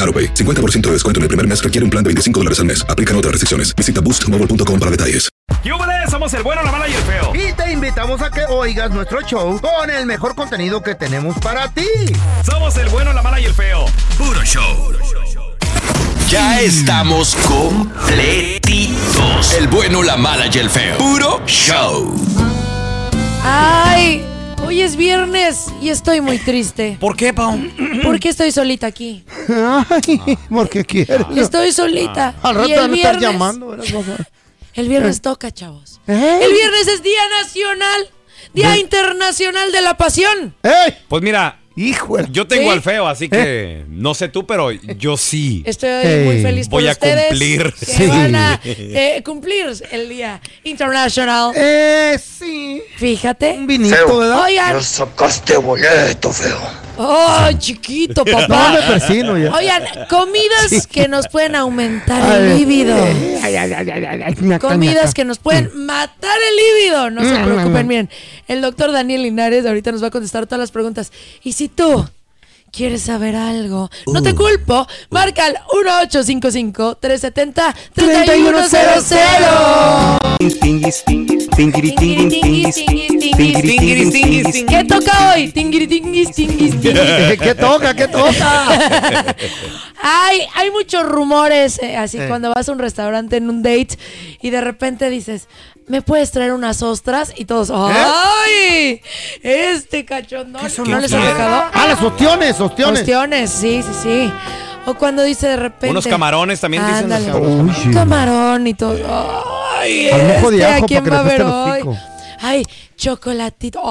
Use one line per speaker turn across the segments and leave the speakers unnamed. AroPay. 50% de descuento en el primer mes requiere un plan de 25 dólares al mes. Aplican otras restricciones. Visita boostmobile.com para detalles.
¡Yúbales! Somos el bueno, la mala y el feo.
Y te invitamos a que oigas nuestro show con el mejor contenido que tenemos para ti.
Somos el bueno, la mala y el feo.
Puro show. Ya estamos completitos. El bueno, la mala y el feo. Puro show.
Ay, hoy es viernes y estoy muy triste.
¿Por qué, Pau?
Porque estoy solita aquí.
Ay, porque quieres.
Estoy solita.
Ah, Al rato
Y el
van a estar
viernes-
llamando. verás, vas a-
El viernes toca, chavos.
¿Eh?
El viernes es Día Nacional, Día Internacional de la Pasión.
¡Ey!
Pues mira,
¡Hijo! de-
yo tengo
¿Sí? ¿Eh?
al feo, así que no sé tú, pero yo sí.
Estoy
Ey.
muy feliz por
Voy a
ustedes
cumplir.
que
Sí.
van a eh, cumplir el Día Internacional.
Eh, sí.
Fíjate.
Un vinito, ¿verdad?
Oigan,
sacaste boleto, feo.
oh, chiquito,
No me
papá.
persino ya.
Oigan, comidas que nos pueden aumentar
Ay. eh.
el líbido.
Ay, ay, ay, ay, ay, ay, ñaca, ñaca.
Comidas que nos pueden matar el líbido. No se
Mm, mm,
preocupen,
mm.
miren. El doctor Daniel Linares ahorita nos va a contestar todas las preguntas. Y si tú quieres saber algo, no
Uh.
te culpo, marca al 1855-370-3100. ¿Qué toca hoy? Tinguiri, tinguis, tinguis, tinguis.
Eh, ¿Qué toca? ¿Qué toca?
Ay, hay muchos rumores, eh, así
Eh.
cuando vas a un restaurante en un date y de repente dices, ¿me puedes traer unas ostras? Y todos, ¡ay! Este cachondón. ¿No les ha tocado?
Ah, las ostiones, ostiones.
Cuestiones, sí, sí, sí. O cuando dice de repente.
Unos camarones también dicen. los
Ándale.
cabrones.
Uy, sí.
Un camarón y todo. ¡Ay!
Al mojo de
este,
ajo
¿A quién
para que
va a
le
ver
apeste el
hoy?
hocico.
Ay, chocolatito. Ay,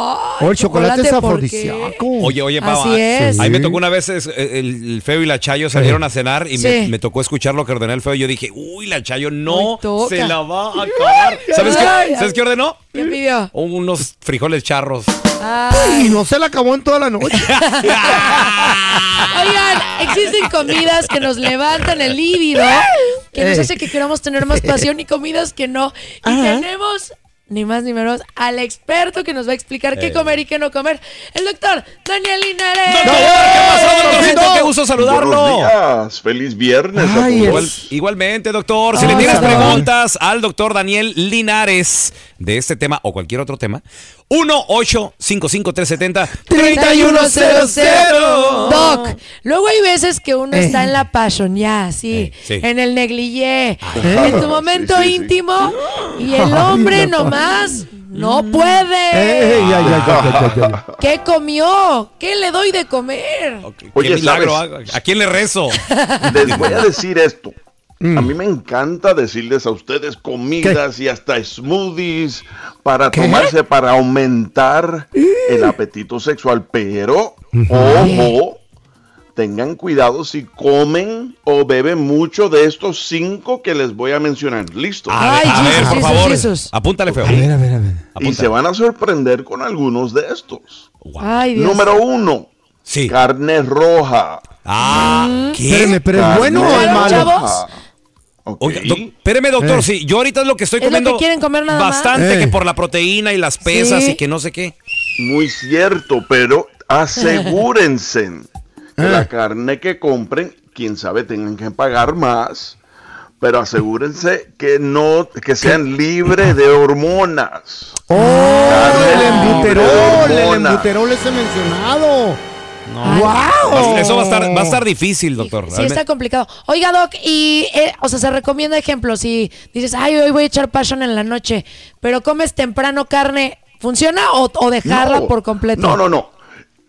Oh, el chocolate es
¿por qué?
afrodisíaco.
Oye, oye, Pau.
Así es.
Ahí
Sí.
me tocó una vez es, eh, el, el feo y la Chayo salieron a cenar y me,
Sí.
me tocó escuchar lo que ordenó el feo. y Yo dije, uy, la Chayo no
Uy, toca.
se la va a acabar. ¿Sabes qué,
ay, ay.
¿sabes qué ordenó?
¿Qué pidió? Ah.
Unos frijoles charros.
Ay.
Y no se la acabó en toda la noche.
Oigan, existen comidas que nos levantan el líbido, que nos
Eh.
hace que queramos tener más pasión y comidas que no. Y tenemos ni más ni menos al experto que nos va a explicar qué comer y qué no comer, el doctor Daniel Linares.
Doctor, ¿Qué pasó, doctorcito? ¡Qué gusto
Buenos
saludarlo!
días, feliz viernes. a
Ay,
todos.
Igual- igualmente, doctor, si le
Ah,
tienes
salud.
preguntas al doctor Daniel Linares de este tema o cualquier otro tema, 1 855 370
Doc, luego hay veces que uno está en la pasión ya, sí,
Eh, sí.
en el negligé, en tu momento
Sí, sí, sí.
íntimo, y el hombre
Ay, doctor.
nomás no puede.
Ey, ay, ay, ay, ay, ay, ay.
¿Qué comió? ¿Qué le doy de comer?
Oye, ¿sabes?
hago? ¿A quién le rezo?
Les voy a decir esto. A
Mm.
mí me encanta decirles a ustedes comidas y hasta smoothies para tomarse para aumentar el apetito sexual, pero ojo, tengan cuidado si comen o beben mucho de estos cinco que les voy a mencionar. Listo.
Ah,
A ver,
Ay,
a ver,
Jesus,
por
Jesus,
favor,
Jesus.
apúntale feo.
a ver, a ver.
y se van a sorprender con algunos de estos.
Ay, Dios.
Número uno,
Sí.
carne roja.
Ah, ¿qué?
Mm.
Espérame, pero es
Carne
bueno o es
Claro,
malo.
chavo.
roja. Ok.
Oiga, doc- espéreme, doctor,
Eh.
sí, yo ahorita es lo que estoy
Es lo que
comiendo.
quieren comer nada más.
Bastante
Eh.
que por la proteína y las pesas
Sí.
y que no sé qué.
Muy cierto, pero asegúrense que
Ah.
la carne que compren, quién sabe, tengan que pagar más, pero asegúrense que no, que sean libres de hormonas.
¡Oh, el embuterol! El
hormona.
embuterol ese mencionado.
Ay,
¡Wow!
Eso va a estar, va a estar difícil, doctor.
Sí,
realmente.
está complicado. Oiga, Doc, y, eh, o sea, se recomienda ejemplo. Si dices, ay, hoy voy a echar pasión en la noche, pero comes temprano carne, ¿funciona o, o dejarla
No,
por completo?
No, no, no.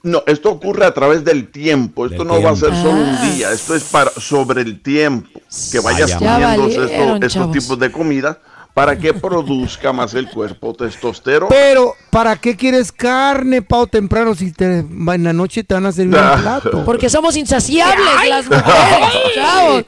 No, esto ocurre a través del tiempo. Esto
Del
no va a ser
tiempo.
solo
Ah.
un día. Esto es para sobre el tiempo. Que vayas
Vaya.
Ya
comiendo
valieron,
estos, estos
chavos.
tipos de comida para que produzca más el cuerpo testosterona.
Pero, ¿para qué quieres carne, Pau, temprano si te, en la noche te van a servir
Ah.
un plato?
Porque somos insaciables las mujeres, chavos.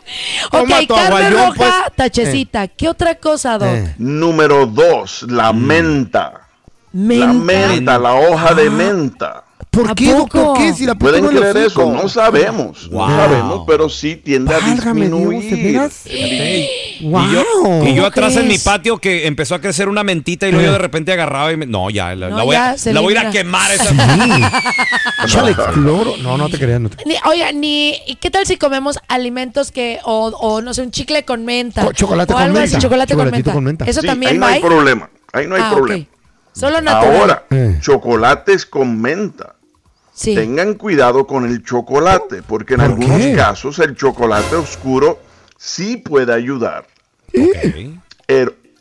Toma
Ok, carne
tu aguayón,
roja,
pues.
tachecita. ¿Qué otra cosa, Doc?
Eh.
Número dos, la menta. La menta, la hoja
Ah.
de menta.
¿Por
¿A
qué, doctor?
poco?
¿Qué? Si la puso
¿Pueden
en el
creer eso?
hocico.
No sabemos. No sabemos, pero sí tiende a
Válgame Dios, ¿de
disminuir.
veras?
Y yo,
¡Wow!
y yo
¿Cómo
atrás en mi
crees?
patio que empezó a crecer una mentita y luego yo de repente agarraba y me... No, ya, la,
No,
la voy, a,
ya, se
la voy a ir a
libra.
quemar esa...
Échale cloro. No, no te creas, no te creas.
Ni- oiga, ni ¿y ¿qué tal si comemos alimentos que o, o, no sé, un chicle con menta?
Co- chocolate
o
con
algo así,
menta.
chocolate con
Chocolatito
menta.
con menta.
Eso
Sí, ahí
también
no
va.
hay
ahí?
problema. Ahí no hay
Ah, ok.
problema.
Solo natural.
Ahora,
Eh.
chocolates con menta.
sí.
Tengan cuidado con el chocolate, porque en
¿Por
algunos
qué?
casos el chocolate oscuro sí puede ayudar. El,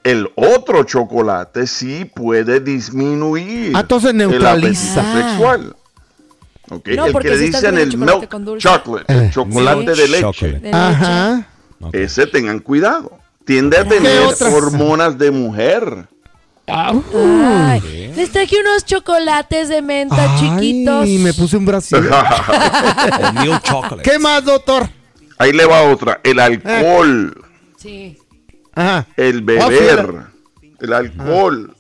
el otro chocolate sí puede disminuir
Ah, entonces
el
neutraliza.
apetito sexual. Ok,
Ah. No,
el
porque
que le
si estás
dicen
comiendo
el
chocolate
milk
con dulce.
chocolate, el
Eh.
chocolate de leche,
Chocolate.
De leche.
Ajá.
ese tengan cuidado. Tiende a tener
otras?
hormonas de mujer.
Ay, les traje unos chocolates de menta chiquitos.
Y me puse un brasil.
O milk chocolate.
¿Qué más, doctor?
Ahí le va otra, el alcohol.
Sí.
Ajá.
Oh,
El beber, el alcohol.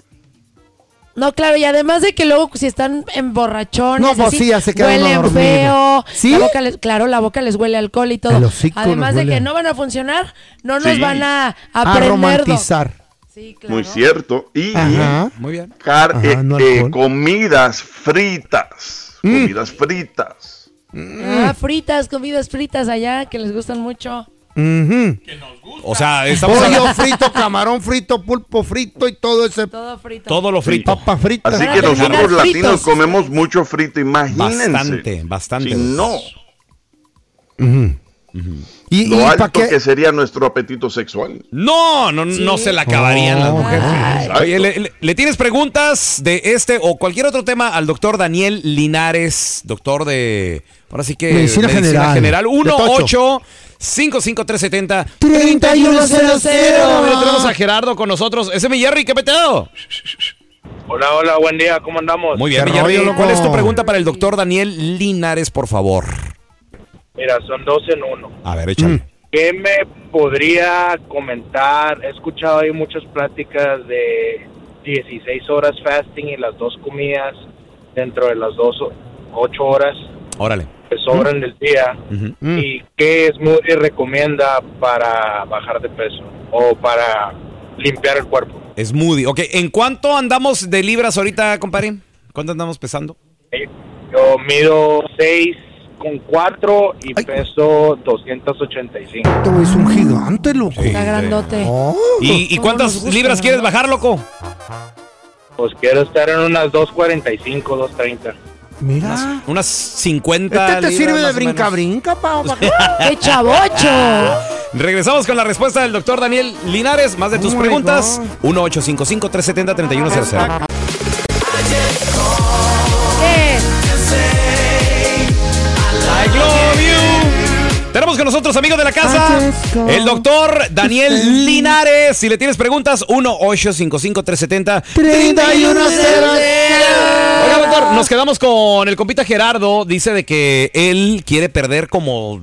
No, claro, y además de que luego si están en borrachones,
No, pues
así,
sí, ya se quedaron a
huelen
dormir.
feo.
¿Sí?
La boca les- claro, la boca les huele a alcohol y todo.
El hocico
además
nos
de
huele a-
que no van a funcionar, no nos
Sí.
van a
A
aprender.
romantizar.
Sí, claro.
Muy cierto. Y
Ajá.
Muy bien.
car-
Ajá,
eh,
no
eh,
alcohol. Mm.
comidas fritas. Comidas fritas.
Ah, fritas, comidas fritas allá que les gustan mucho.
Ujú.
O sea, estamos hablando
Pollo frito, camarón frito, pulpo frito y todo ese.
Todo frito.
todo lo frito.
Papa frita.
Así
Van a
que
terminar
nosotros latinos
fritos.
comemos mucho frito, imagínense.
Bastante, bastante.
Si no,
¿Y,
lo
para
alto
qué?
que sería nuestro apetito sexual.
No, no, no se la acabarían las mujeres.
Ah,
Exacto.
Oye, le, le- le tienes preguntas de este o cualquier otro tema al doctor Daniel Linares, doctor de. Ahora sí que.
Medicina general.
general.
De
1
Tocho.
8 55370
3100.
Mira, Tenemos a Gerardo con nosotros. Ese es mi Jerry, ¿qué peteo?
Hola, hola, buen día, ¿cómo andamos?
Muy bien,
Qué
mi Jerry.
rollo,
¿Cuál es tu
loco.
pregunta para el doctor Daniel Linares, por favor?
Mira, son dos en uno.
A ver, échale.
Mm.
¿Qué me podría comentar? Ah, He escuchado ahí muchas pláticas de 16 horas fasting y las dos comidas dentro de las dos o- ocho horas
Órale. Mm.
que sobran del día.
Ujú.
Mm.
¿Y qué smoothie recomienda para bajar de peso o para limpiar el cuerpo?
Es Moody. Ok, ¿en cuánto andamos de libras ahorita, compadre? ¿Cuánto andamos pesando?
Eh, Yo mido 6 con 4 y
Ay.
peso 285.
Esto es un gigante, loco.
Está grandote.
Oh.
¿Y, y
¿Cómo
cuántas
nos gusta,
libras
no?
quieres bajar, loco?
Pues quiero estar en unas 2.45, 2.30.
Mira.
Unas
Este
50.
te
libras,
sirve de
más o menos.
brinca-brinca, Pau. pa' acá.
¡Qué chavocho!
Regresamos con la respuesta del doctor Daniel Linares. Más de tus
Oh my
preguntas. 1-855-370-3100.
Eh,
I love you. Tenemos con nosotros, amigos de la casa,
Francesco.
el doctor Daniel Linares. Si le tienes preguntas, 1-855-370-3100.
3100.
Oiga, doctor, nos quedamos con el compita Gerardo. Dice de que él quiere perder como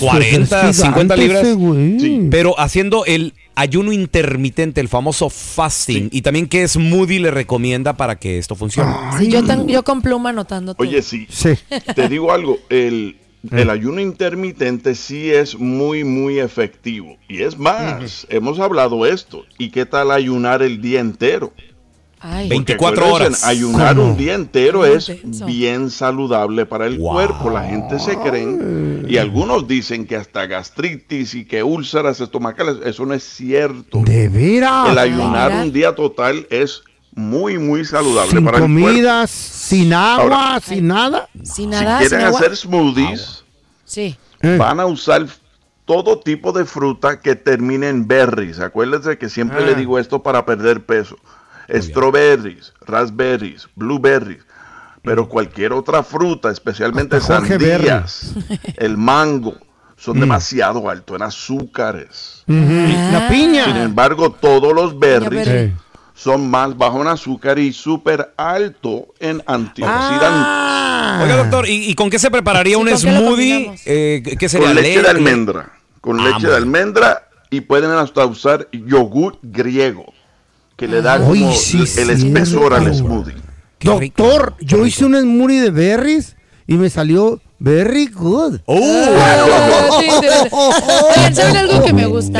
40, 50 libras.
Sí.
Pero haciendo el ayuno intermitente, el famoso fasting. Y también qué smoothie le recomienda para
Ah.
que esto funcione.
sí, yo, tan- yo con pluma anotando todo.
Oye, sí,
Sí.
te digo algo, el, el ayuno intermitente sí es muy, muy efectivo. Y es más, hemos hablado esto. ¿Y qué tal ayunar el día entero?
Ay.
Porque
24
acuérdense,
horas.
Ayunar
¿Cómo?
un día entero
Muy
es
intenso.
bien saludable para el cuerpo. La gente se creen y algunos dicen que hasta gastritis y que úlceras estomacales. Eso no es cierto.
De veras.
El ayunar un día total es muy, muy saludable
sin
para el cuerpo.
comidas, sin agua,
Ahora-
sin nada. Ah,
Sin nada,
si
sin
quieren
agua.
hacer smoothies,
Sí.
Eh.
van a usar todo tipo de fruta que termine en berries. Acuérdense que siempre
Ah.
le digo esto para perder peso. Strawberries, raspberries, blueberries, pero cualquier otra fruta, especialmente
Mm. Hasta Jorge Berry. Mm.
sandías, el mango, son demasiado altos en azúcares.
La piña.
Sin embargo, todos los berries
berry.
Eh.
son más bajo en azúcar y súper alto en antioxidantes.
Ah.
Oiga, doctor, ¿y, y con qué se prepararía un
con qué lo
smoothie?
combinamos?
Eh, ¿Qué sería?
con leche, de
¿Leche?
almendra. Con
Ah,
leche
muy
de almendra y pueden hasta usar yogur griego, que le da
Ah.
como
Uy, sí,
el
sí,
espesor
claro.
al smoothie.
Qué rico,
Doctor,
qué
yo
rico.
hice un smoothie de berries y me salió very good.
Ah, sí, sí, sí. Oigan, ¿saben algo que me gusta?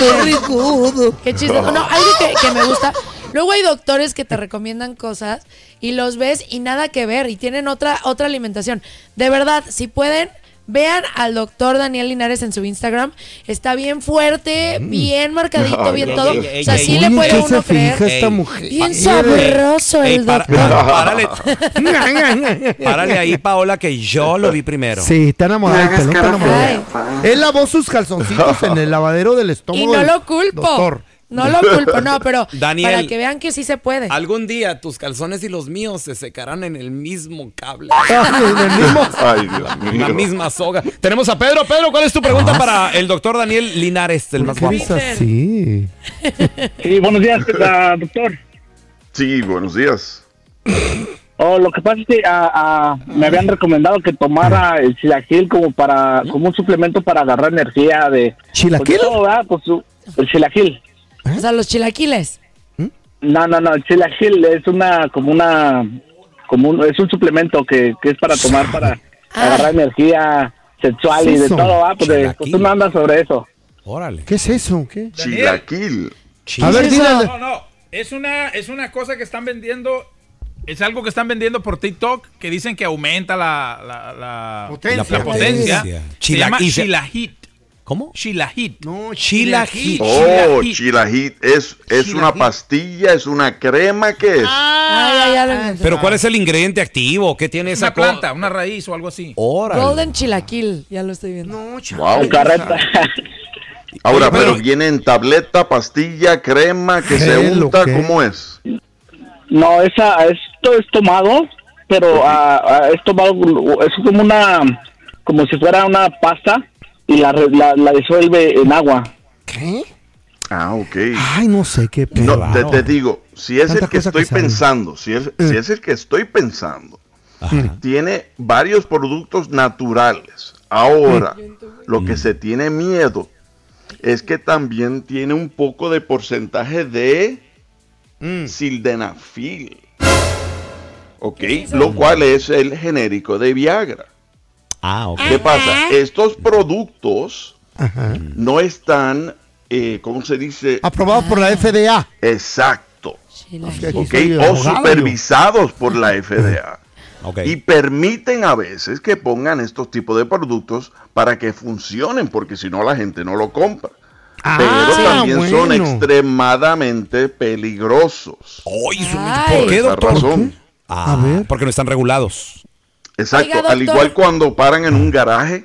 Very good.
Qué chiste. No, algo que, que me gusta. Luego hay doctores que te recomiendan cosas y los ves y nada que ver y tienen otra, otra alimentación. De verdad, si pueden, vean al doctor Daniel Linares en su Instagram. Está bien fuerte,
Mm.
bien marcadito,
Ay,
bien
ey,
todo.
ey, ey,
o sea,
ey,
sí
ey.
le
Oye,
puede
¿qué se fija
uno creer.
Ey,
esta mujer?
Bien sabroso
Ey,
el
para-
doctor.
párale, párale ahí, Paola, que yo lo vi primero.
Sí, está enamorada del pelón, está enamorada.
fea,
Él lavó sus calzoncitos en el lavadero del estómago.
Y no
del
lo culpo.
doctor.
No lo culpo, no, pero
Daniel.
para que vean que sí se puede.
Algún día tus calzones y los míos se secarán en el mismo cable.
Del mismo-
Ay, Dios mío.
La misma soga. Tenemos a Pedro. Pedro, ¿cuál es tu pregunta
Ah.
para el doctor Daniel Linares, el más
¿Qué
guapo?
dices así?
Sí, buenos días, ah, doctor.
Sí, buenos días.
Oh, lo que pasa es que ah, ah, me habían recomendado que tomara el chilaquil como para como un suplemento para agarrar energía de
¿Chilaquil?
pues, todo, ¿verdad? Pues, su- el chilaquil.
O sea, los chilaquiles.
No, no, no, el chilaquil es una como una como un, es un suplemento que, que es para tomar para agarrar energía sexual y de
Eso.
todo, ¿verdad? Pues, de- pues
Chilaquil.
tú no andas sobre eso.
Órale.
¿Qué es eso? ¿Qué?
Chilaquil.
A ver, dile.
No, no. Es una, es una cosa que están vendiendo. Es algo que están vendiendo por TikTok que dicen que aumenta la, la, la-
Potencia.
la potencia.
Potencia.
Se llama
Chilaquil.
Chilahit.
¿Cómo?
Chilahit.
No,
Chilaquil.
Oh,
Chilaquil.
chilajit. Es, es una pastilla, es una crema, ¿qué es?
Ay,
Ah.
ay, ya lo encontré.
¿Pero cuál es el ingrediente activo? ¿Qué tiene esa
Una
cosa?
planta, una raíz o algo así.
Órale.
Golden chilaquil, ya lo estoy viendo.
No, chale.
Wow.
Carreta.
Ahora,
Oye, pero-
pero viene en tableta, pastilla, crema, que se
Gel, ¿o
unta,
qué?
¿cómo es?
No, esa, esto es tomado, pero ah, ah, es tomado, es como una, como si fuera una pasta y la, re- la, la disuelve en agua.
¿Qué?
Ah, ok.
Ay, no sé qué pedo.
No, te, te digo, si es
Tantas
el que
cosas que
estoy
saben. Eh.
pensando, si es, si es el que estoy pensando, tiene varios productos naturales. Ahora, lo
Mm.
que se tiene miedo es que también tiene un poco de porcentaje de
Mm.
sildenafil. ¿Ok? Lo cual es el genérico de Viagra.
Ah, ok.
¿Qué pasa? Estos productos no están, eh, ¿cómo se dice?
Aprobado por la FDA.
Exacto.
Chilaquil.
Aquí
¿ok?
soy
o
abogado,
supervisados por la FDA.
Ok.
Y permiten a veces que pongan estos tipos de productos para que funcionen, porque si no la gente no lo compra.
Ah,
Pero también son
bueno.
extremadamente peligrosos.
Ay, su-
Ay.
¿Por qué,
esa
doctor?
razón.
Ah,
ver.
Porque no están regulados.
Exacto,
Oiga,
al
doctor.
igual cuando paran en
Ah.
un garaje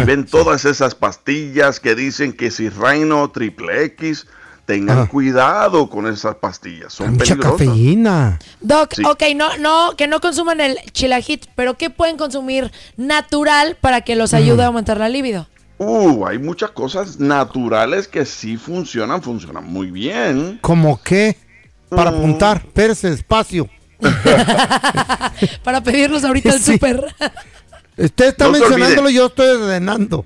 y ven todas esas pastillas que dicen que si Reino Triple X, tengan
Ajá.
cuidado con esas pastillas,
Hay
son
Mucha
peligrosas.
cafeína.
Doc,
Sí.
ok, no, no, que no consuman el chilajit, pero ¿qué pueden consumir natural para que los ayude a aumentar la libido?
Uh, hay muchas cosas naturales que sí funcionan, funcionan muy bien.
¿Cómo qué? Para
Mm.
apuntar, perse, espacio.
Para pedirlos ahorita al
Sí.
súper.
Usted está
No se
mencionándolo,
olvide.
yo estoy ordenando.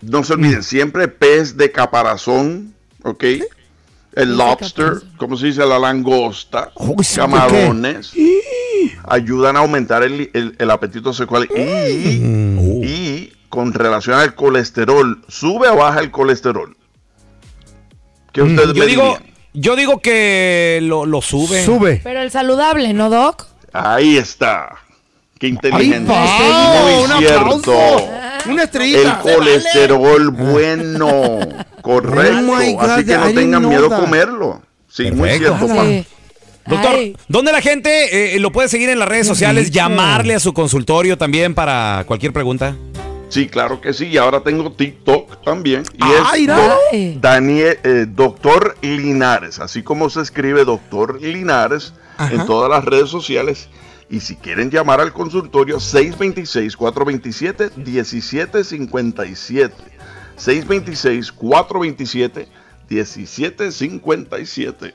No se
Mm.
olviden, siempre pez de caparazón, ¿ok? El lobster, como se dice? La langosta,
Oh, sí, ¿qué?
camarones, ayudan a aumentar el, el- el apetito sexual y,
Mm. Oh.
y con relación al colesterol, sube o baja el colesterol.
Mm,
¿Qué ustedes me
Yo digo,
dirían?
yo digo que lo, lo sube.
Sube.
Pero el saludable, ¿no, Doc?
Ahí está. Qué inteligente.
¡Wow! ¡Un
Muy cierto.
aplauso! ¡Una
El
estrellita!
colesterol bueno. Correcto.
Oh my
Así
God,
que
I
no
didn't
tengan
know
miedo a
that.
comerlo. Sí, muy cierto. pa.
Ah,
Este,
Doctor, ¿dónde la gente eh, lo puede seguir en las redes sociales? Llamarle a su consultorio también para cualquier pregunta.
Sí, claro que sí. Y ahora tengo TikTok también. Y
Ah,
es
mira.
doc- Daniel, eh, Doctor Linares. Así como se escribe Doctor Linares en todas las redes sociales. Y si quieren llamar al consultorio, 626-427-1757. 626-427-1757.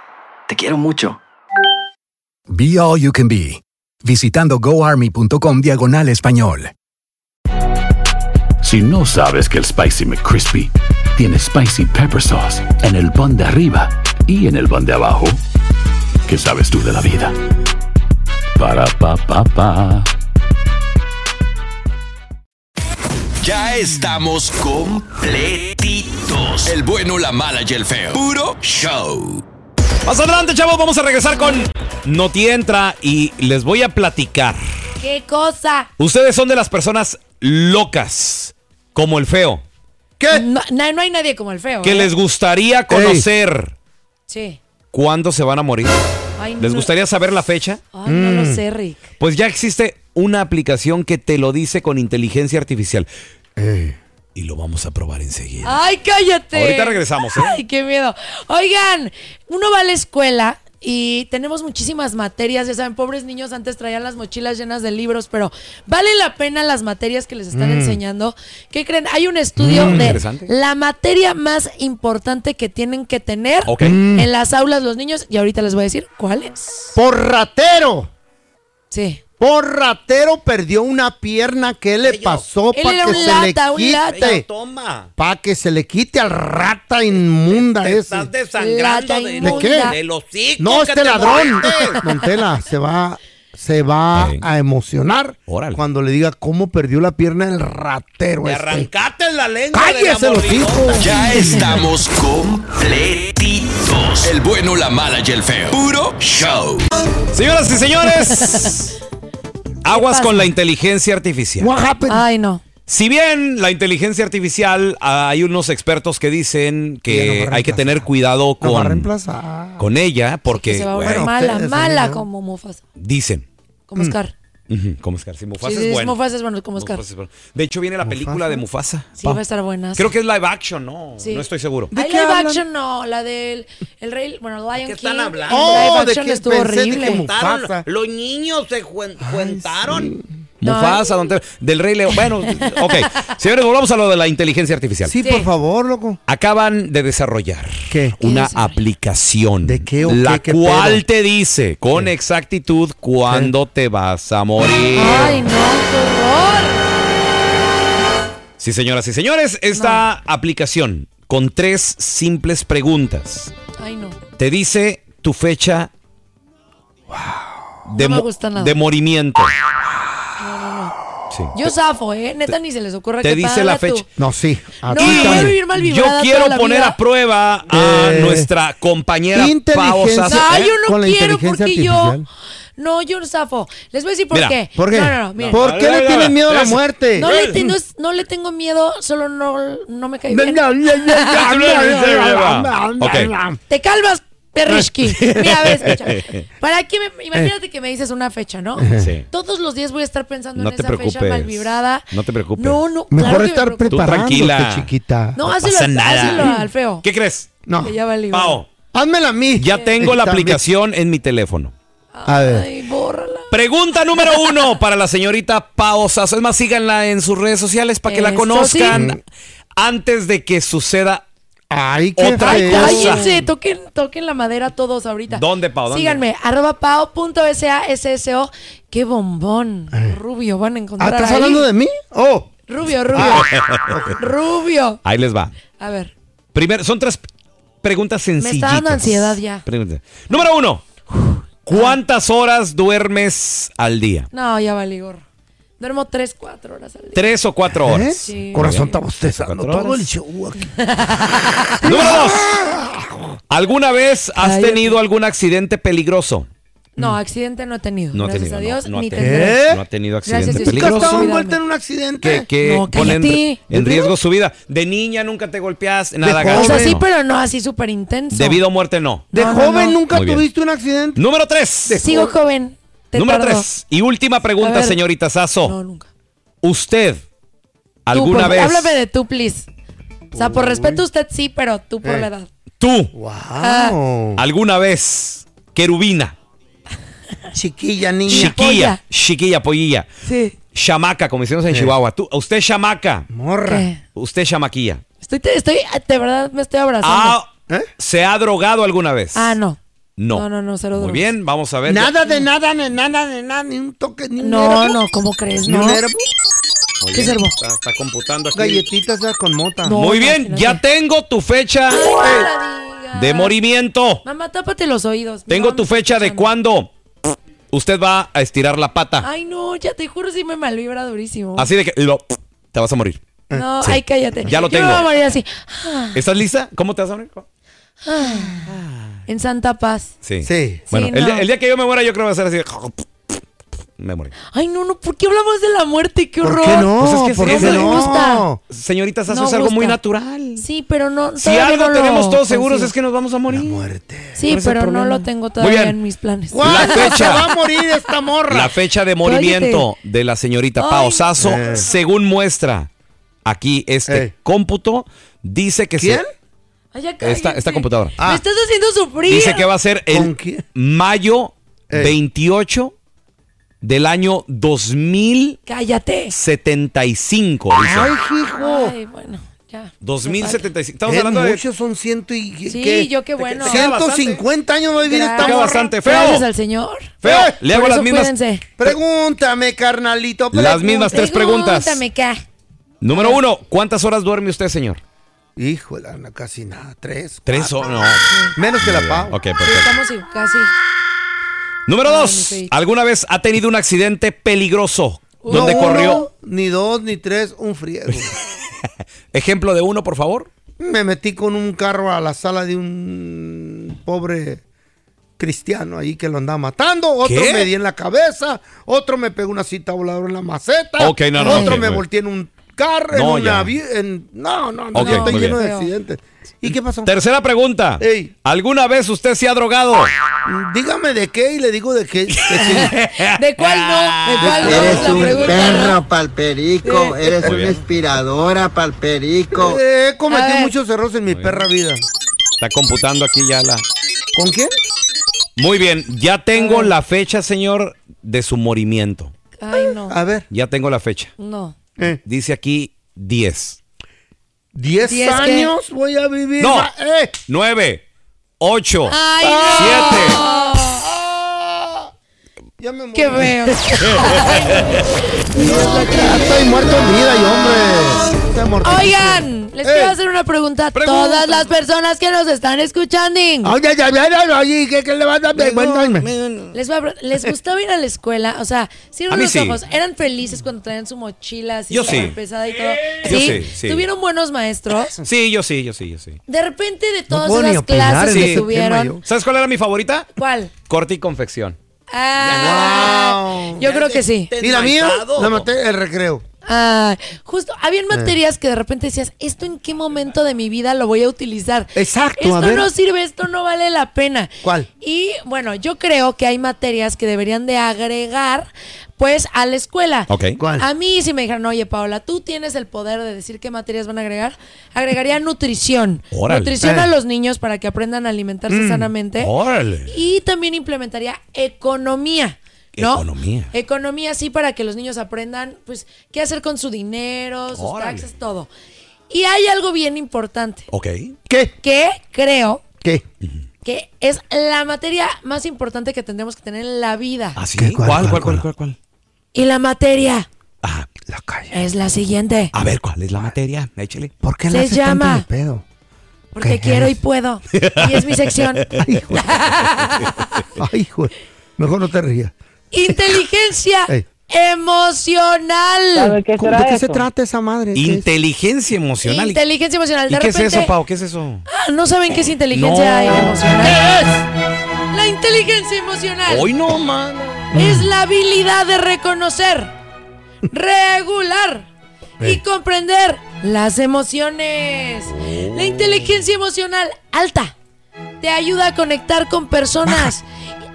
Te quiero mucho.
Be All You Can Be, visitando goarmy.com diagonal español.
Si no sabes que el Spicy McCrispy tiene Spicy Pepper Sauce en el pan de arriba y en el pan de abajo, ¿qué sabes tú de la vida? Para, pa, pa, pa.
Ya estamos completitos. El bueno, la mala y el feo. Puro show.
Más adelante, chavos, vamos a regresar con Noti Entra y les voy a platicar.
¿Qué cosa?
Ustedes son de las personas locas, como el feo, Eh.
No, na- no hay nadie como el feo.
que
¿eh?
les gustaría conocer
Sí.
cuándo se van a morir.
Ay,
¿Les
no-
gustaría saber la fecha?
Ay, no lo sé, Rick.
Pues ya existe una aplicación que te lo dice con inteligencia artificial.
Eh.
Y lo vamos a probar enseguida.
Ay, cállate.
Ahorita regresamos, ¿eh?
Ay, qué miedo. Oigan, uno va a la escuela y tenemos muchísimas materias. Ya saben, pobres niños antes traían las mochilas llenas de libros, pero vale la pena las materias que les están
Mm.
enseñando. ¿Qué creen? Hay un estudio
Mm,
de
interesante.
la materia más importante que tienen que tener
Ok. Mm.
en las aulas los niños y ahorita les voy a decir cuál es.
Por ratero.
Sí.
Por ratero perdió una pierna. ¿Qué le pasó
Él
para
era
que
un
se
lata,
le
un
quite?
lata.
Toma.
Para que se le quite al rata inmunda ese.
desangrando Lata de-
¿De qué?
inmunda.
del hocico
No,
que
este
te
ladrón.
mueres.
Montela se va, se va a emocionar cuando le diga cómo perdió la pierna el ratero.
Te
este.
arrancaste la lengua.
¡Cállese los hijos!
Ya estamos completitos. El bueno, la mala y el feo. Puro show.
Señoras y señores, aguas con la inteligencia artificial.
Ay, no.
Si bien la inteligencia artificial, ah, hay unos expertos que dicen que hay que tener cuidado
Va a
con,
reemplazar.
con ella porque
Se va a volver
bueno, Mm.
mala,
ustedes,
mala
amigo.
como Mufasa.
dicen.
Como Scar.
Ujú, Como Scar. Sí, Mufasa
Sí,
es
sí,
bueno.
Mufasa es bueno, como Scar.
Mufasa es bueno. De hecho, viene la película de Mufasa.
Sí, va a estar buena.
Creo que es live action, ¿no?
Sí.
No estoy seguro.
Hay live action no, la del el rey, bueno, Lion King.
están hablando?
el
Oh,
live
¿de
action
qué
estuvo
pensé? Dije,
horrible.
Juntaron-
Mufasa.
Los niños se juen- juntaron.
eh.
Mufasa, don Teo- del Rey León. Bueno, ok. Señores, volvamos a lo de la inteligencia artificial.
Sí, por favor, loco.
Acaban de desarrollar una aplicación. ¿De qué
o
La
qué, qué
cual
pedo?
te dice con exactitud cuándo te vas a morir.
Ay, no, qué horror.
Sí, señoras y señores, esta aplicación con tres simples preguntas
Ay, no.
te dice tu fecha de,
No me
mo-
gusta nada.
de morimiento.
No, no, no.
Sí.
Yo zafo, ¿eh? Neta, ni se les ocurre
te
que
dice
paga
la
tú.
fecha.
No, sí.
No, yo voy a vivir mal
Yo
vibrada toda
quiero
la
poner
vida.
a prueba a
Eh,
nuestra compañera Pau
Inteligencia.
Sasso.
Ay, yo no
Con la
eh?
quiero
inteligencia
porque yo-
artificial.
No, yo no zafo. Les voy a decir por
Mira,
qué.
¿por qué?
No, no, no, miren.
¿Por qué le tienen miedo a la muerte?
No le, tengo, no le tengo miedo, solo no, no me cae bien. Te calmas, perrisqui. Mira, a ver, escucha. ¿Para qué me- imagínate que me dices una fecha, ¿no?
Sí.
Todos los días voy a estar pensando
No
en
te
esa fecha
preocupes.
mal vibrada.
No te preocupes.
No, no,
Mejor
claro que
estar
me preocupo.
preparándote,
tranquila.
chiquita.
No, hazlo,
pasa nada.
hazlo al feo.
¿Qué crees?
No.
Que ya valió.
Pao,
Házmela a mí.
Eh,
ya tengo la
También.
aplicación en mi teléfono.
A ver.
Pregunta número uno para la señorita Pao Sasso. Es más, síganla en sus redes sociales para que la
Eso
conozcan
sí.
antes de que suceda
qué
otra
feo.
cosa.
Cállense, toquen, toquen la madera todos ahorita.
¿Dónde, Pao? ¿Dónde?
Síganme, arroba pao.sasso. Qué bombón. Rubio, van a
Ah,
encontrar.
¿Estás
ahí.
hablando de mí? Oh.
Rubio, rubio. Rubio.
Ahí les va.
A ver,
Primero, son tres preguntas
me
sencillitas.
está dando ansiedad ya.
Pregunta. Número uno. ¿Cuántas horas duermes al día?
No, ya valí gorro. Duermo 3, 4 horas al día.
¿Tres o cuatro
¿Eh?
horas?
Sí.
Corazón
está
bostezando todo el show aquí.
Número dos. ¿Alguna vez has
Cállate.
tenido algún accidente peligroso?
No, accidente no he tenido.
No ha
gracias
tenido,
a Dios,
no, no ha
ni
tenido.
tendré.
No ha tenido
Gracias,
accidente
Diosito.
¿Nunca has estado
peligroso.
envuelta en un accidente?
Que, que
Ah, No,
pone en,
cállate.
en riesgo su vida. De niña nunca te golpeas, nada
O sea,
grave,
sí,
no.
pero no así súper intenso.
Debido a muerte, no.
¿De
No, no,
joven
no.
nunca
Muy bien.
tuviste un accidente?
Número tres.
Sigo joven. Te
Número
tardo.
tres. Y última
A
pregunta,
ver.
señorita Sasso.
No, nunca.
¿Usted
Tú,
alguna
por-
vez...
Háblame de tú, please. O sea, por respeto a usted sí, pero tú por
Eh.
la edad.
¿Tú
Ah.
alguna vez, querubina,
Chiquilla, niña.
chiquilla, chiquilla, pollilla,
Sí.
chamaca, como decimos en Chihuahua, tú, usted chamaca,
Morra.
usted chamaquilla,
Estoy, te- estoy, de verdad me estoy abrazando.
Ah,
¿Eh?
¿se ha drogado alguna vez?
Ah, no.
No.
No, no, no, cero
Muy
drogas.
bien, vamos a ver.
Nada de nada, de nada, de nada, ni un toque, ni un
No,
erbo.
no, ¿cómo crees?
Ni
No.
un erbo.
Muy
¿qué
bien,
servó?
Está, está computando aquí.
Galletitas ya con mota.
Muy bien, ya tengo tu fecha
Ah.
de morimiento.
Mamá, tápate los oídos. mi
Tengo
mamá
tu
me está
fecha de
escuchando.
cuándo usted va a estirar la pata.
Ay, no, ya te juro si me malvibra durísimo.
Así de que lo- te vas a morir.
No,
Ah, Sí.
ay, cállate.
Ya lo
Yo me
tengo.
voy a morir así. Ah,
¿Estás lista? ¿Cómo te vas a morir?
ah, en Santa Paz.
Sí.
Sí.
Bueno,
Sí,
el,
no.
día- el día que yo me muera, yo creo que va a ser así. de- Me morí.
Ay, no, no, ¿por qué hablamos de la muerte? ¡Qué horror!
¿Por qué no?
Pues es que
¿Por
sí,
qué
no me
no?
gusta.
Señorita Sasso,
No
es algo muy
gusta.
natural.
Sí, pero no.
Si
todavía
algo
no lo
tenemos todos seguros
consigo.
es que nos vamos a morir.
Sí,
¿cuál es el
pero no
problema?
lo tengo todavía
bien.
en mis planes.
La
Se va
fecha,
a morir esta morra.
la fecha de morimiento de la señorita Pao
Ay.
Sasso,
Eh.
según muestra aquí este
Ey.
cómputo, dice que se-
¿Quién?
Ay, ya cállate. Ah.
esta, esta computadora Ah.
Me estás haciendo sufrir.
dice que va a ser
¿Con
el
quién?
mayo
Ey.
28 del año 2075.
Cállate.
dice.
Ay, hijo.
Ay, bueno, ya.
2075. Estamos
Eh,
hablando de.
muchos son ciento y...
Sí, yo qué bueno.
150 años no vivir esta
Gracias.
morra.
bastante
Gracias
feo.
al señor.
Feo.
Eh,
Le hago
Por
las
eso
mismas.
cuídense.
Pregúntame, carnalito.
Las mismas tres preguntas.
Pregúntame, ¿qué?
Número uno, ¿cuántas horas duerme usted, señor?
Híjole, no, casi nada. Tres.
Ah.
Tres horas. No.
Menos que la pavo.
Ok, perfecto.
Estamos igual, casi.
Número
Ay, mi Uh.
dos,
feito.
¿alguna vez ha tenido un accidente peligroso?
No
Donde
uno,
corrió.
Ni dos, ni tres, un friego.
Ejemplo de uno, por favor.
Me metí con un carro a la sala de un pobre cristiano ahí que lo andaba matando. Otro
¿Qué?
me di en la cabeza. Otro me pegó una cita voladora en la maceta.
Ok, no, no,
otro
ok,
me
güey.
volteé en un carro,
No,
en una...
ya.
vi- en- No, no, no,
Ok,
estoy
muy
lleno
bien.
de accidentes. ¿Y qué pasó?
Tercera pregunta.
Ey.
¿Alguna vez usted se ha drogado?
Dígame de qué y le digo de qué. que sí.
¿De cuál no? ¿De cuál no? Es
Eres
la
un
pregunta. ¿no?
perro palperico, eres
Muy
una
bien.
inspiradora palperico.
He cometido
A ver.
Eh, muchos errores en mi perra vida.
Está computando aquí ya la.
¿Con quién?
Muy bien, ya tengo la fecha, señor, de su morimiento.
Ay, no.
A ver.
Ya tengo la fecha.
No.
eh,
Dice aquí 10,
¿Diez,
¿Diez qué?
años voy a vivir?
No.
Ma- eh,
9, 8,
Ay,
7,
Ah.
ya me morí.
Qué feo.
Ya estoy muerto en vida, y hombre. Estoy muerto.
Oigan, les
Eh.
quiero hacer una pregunta a
Pregunta.
todas las personas que nos están escuchando.
Ay, ay, ay, ay, ay, ay, ¿qué, qué le vas a dar? Cuéntame.
Les, voy a pre- ¿Les gustaba ir a la escuela? O sea,
A
cierran
mí
los
sí.
ojos. ¿Eran felices cuando traían su mochila así
Yo
súper
sí.
pesada y todo?
Yo
¿Sí?
sí, sí.
¿Tuvieron buenos maestros?
Sí, yo sí, yo sí, yo sí.
De repente de
No
todas
puedo ni
esas
opinar
clases
en
que
este tema
tuvieron,
yo.
¿Sabes cuál era mi favorita?
¿cuál?
Corte y confección.
Ah, Yo creo que sí.
Y la mía, la maté el recreo.
Ah, justo, habían
Eh.
materias que de repente decías, ¿esto en qué momento de mi vida lo voy a utilizar?
Exacto,
Esto
a ver.
no sirve, esto no vale la pena.
¿Cuál?
Y bueno, yo creo que hay materias que deberían de agregar, pues, a la escuela.
Ok. ¿Cuál?
A mí si me dijeran, oye, Paola, tú tienes el poder de decir qué materias van a agregar, agregaría nutrición.
Órale.
Nutrición a
Eh.
los niños para que aprendan a alimentarse
Mm,
sanamente.
órale.
Y también implementaría economía. ¿no?
Economía.
Economía sí para que los niños aprendan pues qué hacer con su dinero, sus
Órale.
taxes, todo. Y hay algo bien importante
Ok.
¿Qué?
que creo
¿Qué?
que es la materia más importante que tendremos que tener en la vida.
¿Así? ¿Ah, ¿Cuál, cuál, cuál, cuál, cuál?
Y la materia
La calle.
es la siguiente.
A ver, ¿cuál es la materia? Échale.
¿Por
qué le Se haces tanto llama- de
pedo?
Porque quiero y puedo. Y es mi sección.
Ay, hijo. Mejor no te rías.
Inteligencia
Ey.
emocional.
¿De qué se trata esa madre? ¿Qué es?
Inteligencia emocional.
Inteligencia emocional.
¿Y
De
qué es
repente-
eso, Pau? ¿Qué es eso?
Ah, no saben qué es inteligencia
No.
emocional. La inteligencia emocional.
Hoy no, mano.
Es la habilidad de reconocer, regular y
Eh.
comprender las emociones.
Oh.
La inteligencia emocional alta te ayuda a conectar con personas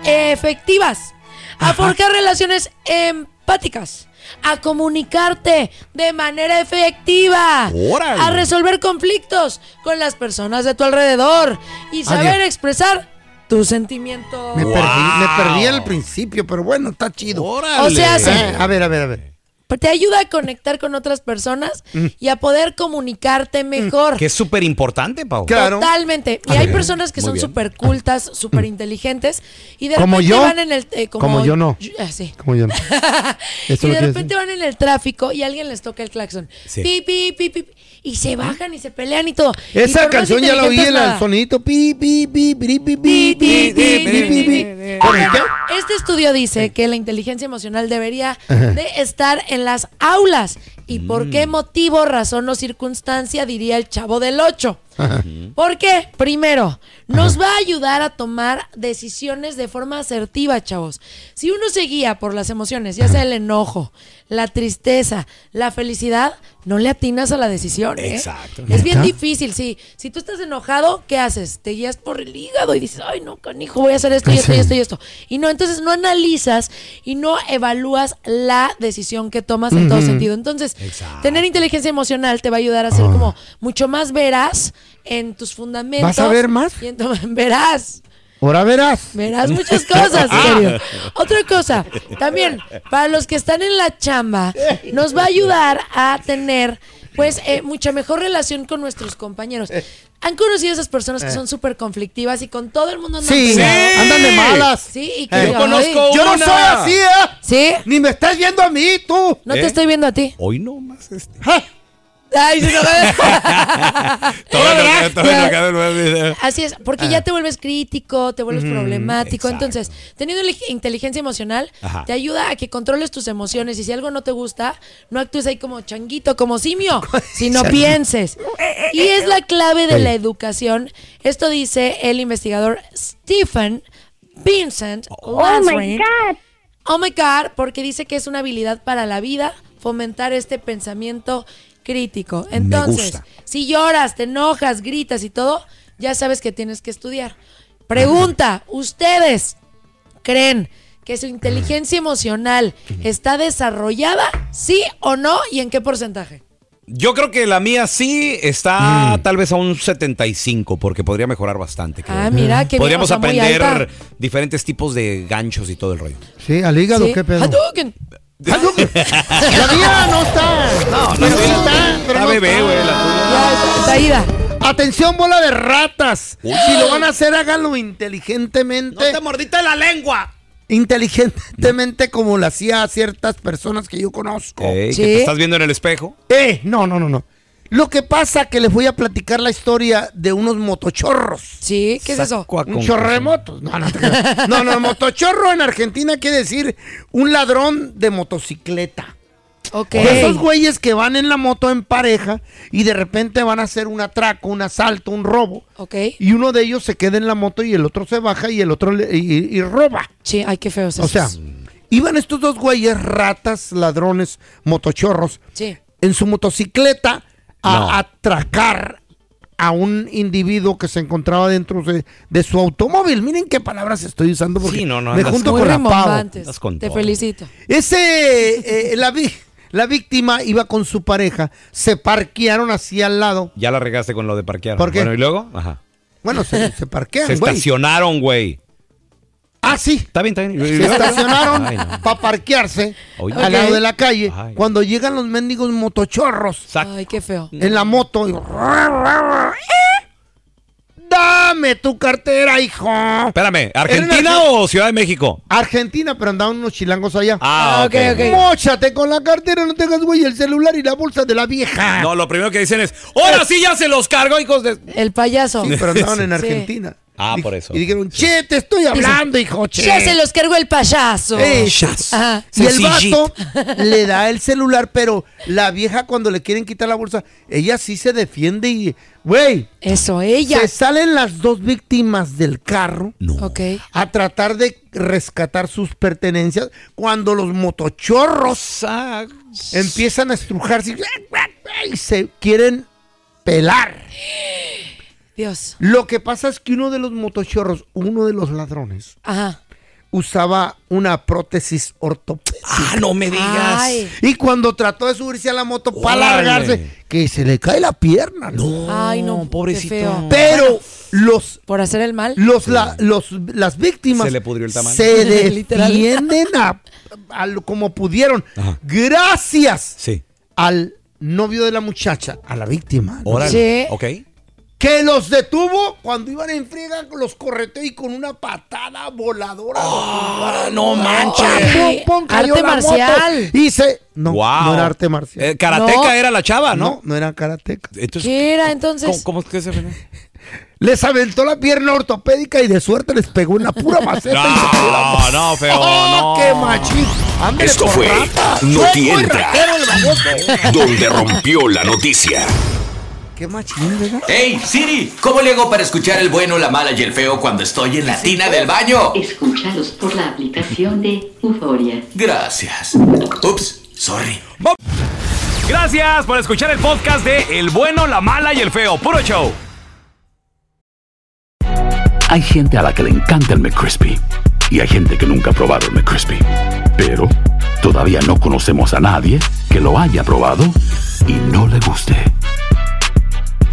efectivas, a forjar relaciones empáticas, a comunicarte de manera efectiva,
Órale.
a resolver conflictos con las personas de tu alrededor y saber
Dios.
expresar tus sentimientos.
Me, perdí, me perdí al principio, pero bueno, está chido.
O sea, hace.
Eh, a ver, a ver, a ver.
Te ayuda a conectar con otras personas
Mm.
y a poder comunicarte
Mm.
mejor.
Que es súper importante, Pau.
Totalmente. Y
Ah,
A
hay
ver,
personas que
muy
son
bien.
súper cultas, súper inteligentes y de
Mm. ¿Como
repente
yo?
van en el eh,
Como yo no.
ah, sí.
Como yo no. Eso
y
lo
de
quiero
repente van en el tráfico y alguien les toca el claxon.
Sí.
Pi, pi, pi, pi, pi, y se bajan y se pelean y todo.
decir.
Y por
Esa
más
canción ya la oí,
inteligentes,
el al
nada.
sonidito. Pi, pi, pi, pi, pi, pi, pi, pi, pi, pi, pi. ¿Por qué?
Este estudio dice que la inteligencia emocional debería
Ajá.
de estar en las aulas. ¿Y por qué motivo, razón o circunstancia diría el chavo del 8?
Ajá.
Porque, primero, nos va a ayudar a tomar decisiones de forma asertiva, chavos. Si uno se guía por las emociones, ya sea el enojo, la tristeza, la felicidad, no le atinas a la decisión. ¿eh?
Exacto.
Es bien
¿Neta?
difícil, sí. Si tú estás enojado, ¿qué haces? Te guías por el hígado y dices, ay, no, canijo, voy a hacer esto y esto y
Sí.
esto y esto. Y no, entonces no analizas y no evalúas la decisión que tomas en todo
Ujú.
sentido. Entonces, tener inteligencia emocional te va a ayudar a ser
Ah.
como mucho más veraz en tus fundamentos.
¿Vas a ver más?
Y en tu- verás,
Ahora verás.
verás muchas cosas, en serio. Otra cosa, también, para los que están en la chamba, nos va a ayudar a tener, pues, eh, mucha mejor relación con nuestros compañeros. ¿Han conocido esas personas que son súper conflictivas y con todo el mundo andan
Eh. Sí,
peleadas?
andan de malas.
Sí, y que
Eh,
digo, "Ay,
Yo no soy así, ¿eh?
¿Sí?
Ni me estás viendo a mí, tú.
No te estoy viendo a ti.
Hoy no más este.
Ay, se
Todavía no- todavía no acaba el nuevo.
Así es, porque ya te vuelves crítico, te vuelves
Mm,
problemático. Entonces, teniendo la inteligencia emocional,
Ajá.
te ayuda a que controles tus emociones. Y si algo no te gusta, no actúes ahí como changuito, como simio, sino
Changuito.
pienses. Y es la clave de
Ey.
la educación. Esto dice el investigador Stephen Vincent Lansring. Oh my God, porque dice que es una habilidad para la vida fomentar este pensamiento crítico. Entonces,
gusta.
si lloras, te enojas, gritas y todo, ya sabes que tienes que estudiar. Pregunta, ¿ustedes creen que su inteligencia emocional está desarrollada? ¿Sí o no? ¿Y en qué porcentaje?
Yo creo que la mía sí
Mm.
está tal vez a un 75, porque podría mejorar bastante. creo.
Ah, mira, qué bien,
Podríamos
o sea, muy
aprender
alta.
diferentes tipos de ganchos y todo el rollo.
Sí, al hígado,
¿Sí? Ah,
qué pedo.
Hadouken.
La mía no está.
la
Pero sí
mía-
está, pero
la
no
bebé,
está.
güey, la
Ya está, está ida.
Atención, bola de ratas.
Uy.
Si lo van a hacer, háganlo inteligentemente.
¡No te mordiste la lengua!
Inteligentemente como lo hacía a ciertas personas que yo conozco.
Ey,
Sí.
que te estás viendo en el espejo.
Eh, no, no, no, no. Lo que pasa que les voy a platicar la historia de unos motochorros.
¿Sí? ¿Qué es eso?
Saco a
Un
conclusión.
chorro de motos. No, no, te creas. no, no, motochorro en Argentina quiere decir un ladrón de motocicleta.
Ok.
De Esos güeyes que van en la moto en pareja y de repente van a hacer un atraco, un asalto, un robo.
Ok.
Y uno de ellos se queda en la moto y el otro se baja y el otro le- y, y roba.
Sí, ay, qué feo.
O sea, iban estos dos güeyes, ratas, ladrones, motochorros,
Sí.
en su motocicleta a
No.
atracar a un individuo que se encontraba dentro de, de su automóvil. Miren qué palabras estoy usando porque me
andas
junto
muy
con la Pau.
rimbombantes. Te felicito.
Ese, eh, la, vi- la víctima iba con su pareja, se parquearon así al lado.
Ya la regaste con lo de parquear.
¿Por qué?
Bueno, ¿y luego? Ajá.
Bueno, se, se
Se
parquean, güey.
estacionaron, güey.
Ah, sí.
Está bien, está bien. ¿Y
Se
luego?
estacionaron
Ay, no.
para parquearse
Oye.
al
Ok.
lado de la calle.
Ay.
Cuando llegan los mendigos motochorros.
Ay, qué feo.
En la moto. y- Dame tu cartera, hijo.
Espérame,
Era
¿Argentina o Ciudad de México?
Argentina, pero andaban unos chilangos allá.
Ah, Ah, ok, ok. ok.
Móchate con la cartera, no tengas güey el celular y la bolsa de la vieja.
No, lo primero que dicen es, ahora sí ya se los cargo, hijos de...
El payaso.
Sí, pero andaban en
Sí.
Argentina.
Ah, por eso.
Y dijeron, che, te estoy hablando, hijo, che.
Ya se los cargo el payaso.
Eh,
Ajá.
Y el vato le da el celular, pero la vieja cuando le quieren quitar la bolsa, ella sí se defiende y, güey.
Eso, ella.
Se salen las dos víctimas del carro
Ok.
a tratar de rescatar sus pertenencias cuando los motochorros empiezan a estrujarse y- y se quieren pelar.
Dios.
Lo que pasa es que uno de los motochorros, uno de los ladrones,
Ajá.
usaba una prótesis ortopédica.
Ah, no me
digas. Ay.
Y cuando trató de subirse a la moto para
Órale.
largarse, que se le cae la pierna. No.
Ay, no. Pobrecito.
Pero los
Por hacer el mal.
los, la- los las víctimas
Se le pudrió el tamal.
se
Literal.
defienden a- a lo- como pudieron gracias
Sí.
al novio de la muchacha a la víctima ¿no?
Órale.
Sí.
Ok.
que los detuvo cuando iban en friega los correteó y con una patada voladora
Ah, no manches.
Pum, pum, cayó
Arte
la moto.
marcial.
y se no,
Wow.
no era arte marcial
Eh, karateca
No.
era la chava, ¿no?
no no era karateca
Entonces,
¿Qué era
¿cómo,
entonces?
cómo es que se ven?
les aventó la pierna ortopédica y de suerte les pegó una pura maceta y se cayó la moto.
No, no, feo, no.
¡Oh, qué machín! Ándale
Esto
por
fue
rata.
No
Soy
te
muy
entra.
ratero el baboso.
Donde rompió la noticia.
¡Qué machín, verdad?
Hey Siri, ¿cómo le hago para escuchar el bueno, la mala y el feo cuando estoy en la tina del baño?
Escúchalos por la aplicación de Euforia.
Gracias. Ups, sorry.
Gracias por escuchar el podcast de El Bueno, la Mala y el Feo. Puro show.
Hay gente a la que le encanta el McCrispy y hay gente que nunca ha probado el McCrispy. Pero todavía no conocemos a nadie que lo haya probado y no le guste.